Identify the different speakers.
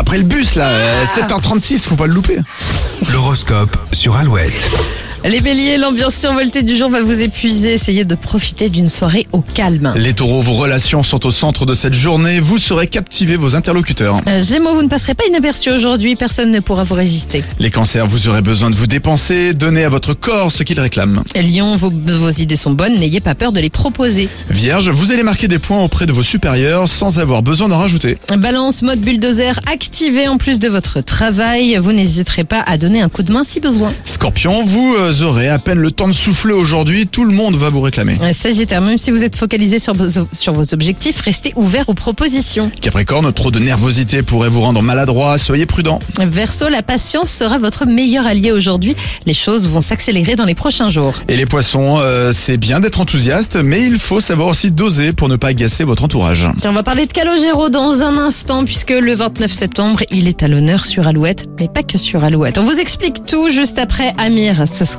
Speaker 1: après le bus là, euh, 7h36, faut pas le louper.
Speaker 2: L'horoscope sur Alouette.
Speaker 3: Les béliers, l'ambiance survoltée du jour va vous épuiser. Essayez de profiter d'une soirée au calme.
Speaker 1: Les taureaux, vos relations sont au centre de cette journée, vous saurez captiver vos interlocuteurs.
Speaker 3: Euh, Gémeaux, vous ne passerez pas inaperçu aujourd'hui. Personne ne pourra vous résister.
Speaker 1: Les cancers, vous aurez besoin de vous dépenser, donner à votre corps ce qu'il réclame.
Speaker 3: Et Lyon, vos, vos idées sont bonnes. N'ayez pas peur de les proposer.
Speaker 1: Vierge, vous allez marquer des points auprès de vos supérieurs sans avoir besoin d'en rajouter.
Speaker 3: Balance, mode bulldozer activé en plus de votre travail. Vous n'hésiterez pas à donner un coup de main si besoin.
Speaker 1: Scorpion, vous euh, aurez à peine le temps de souffler aujourd'hui, tout le monde va vous réclamer.
Speaker 3: Euh, Sagittaire, même si vous êtes focalisé sur, vos- sur vos objectifs, restez ouvert aux propositions.
Speaker 1: Capricorne, trop de nervosité pourrait vous rendre maladroit, soyez prudent.
Speaker 3: Verseau, la patience sera votre meilleur allié aujourd'hui. Les choses vont s'accélérer dans les prochains jours.
Speaker 1: Et les poissons, euh, c'est bien d'être enthousiaste, mais il faut savoir aussi doser pour ne pas agacer votre entourage.
Speaker 3: Tiens, on va parler de Calogero dans un instant puisque le 29 septembre, il est à l'honneur sur Alouette, mais pas que sur Alouette. On vous explique tout juste après Amir ce soir.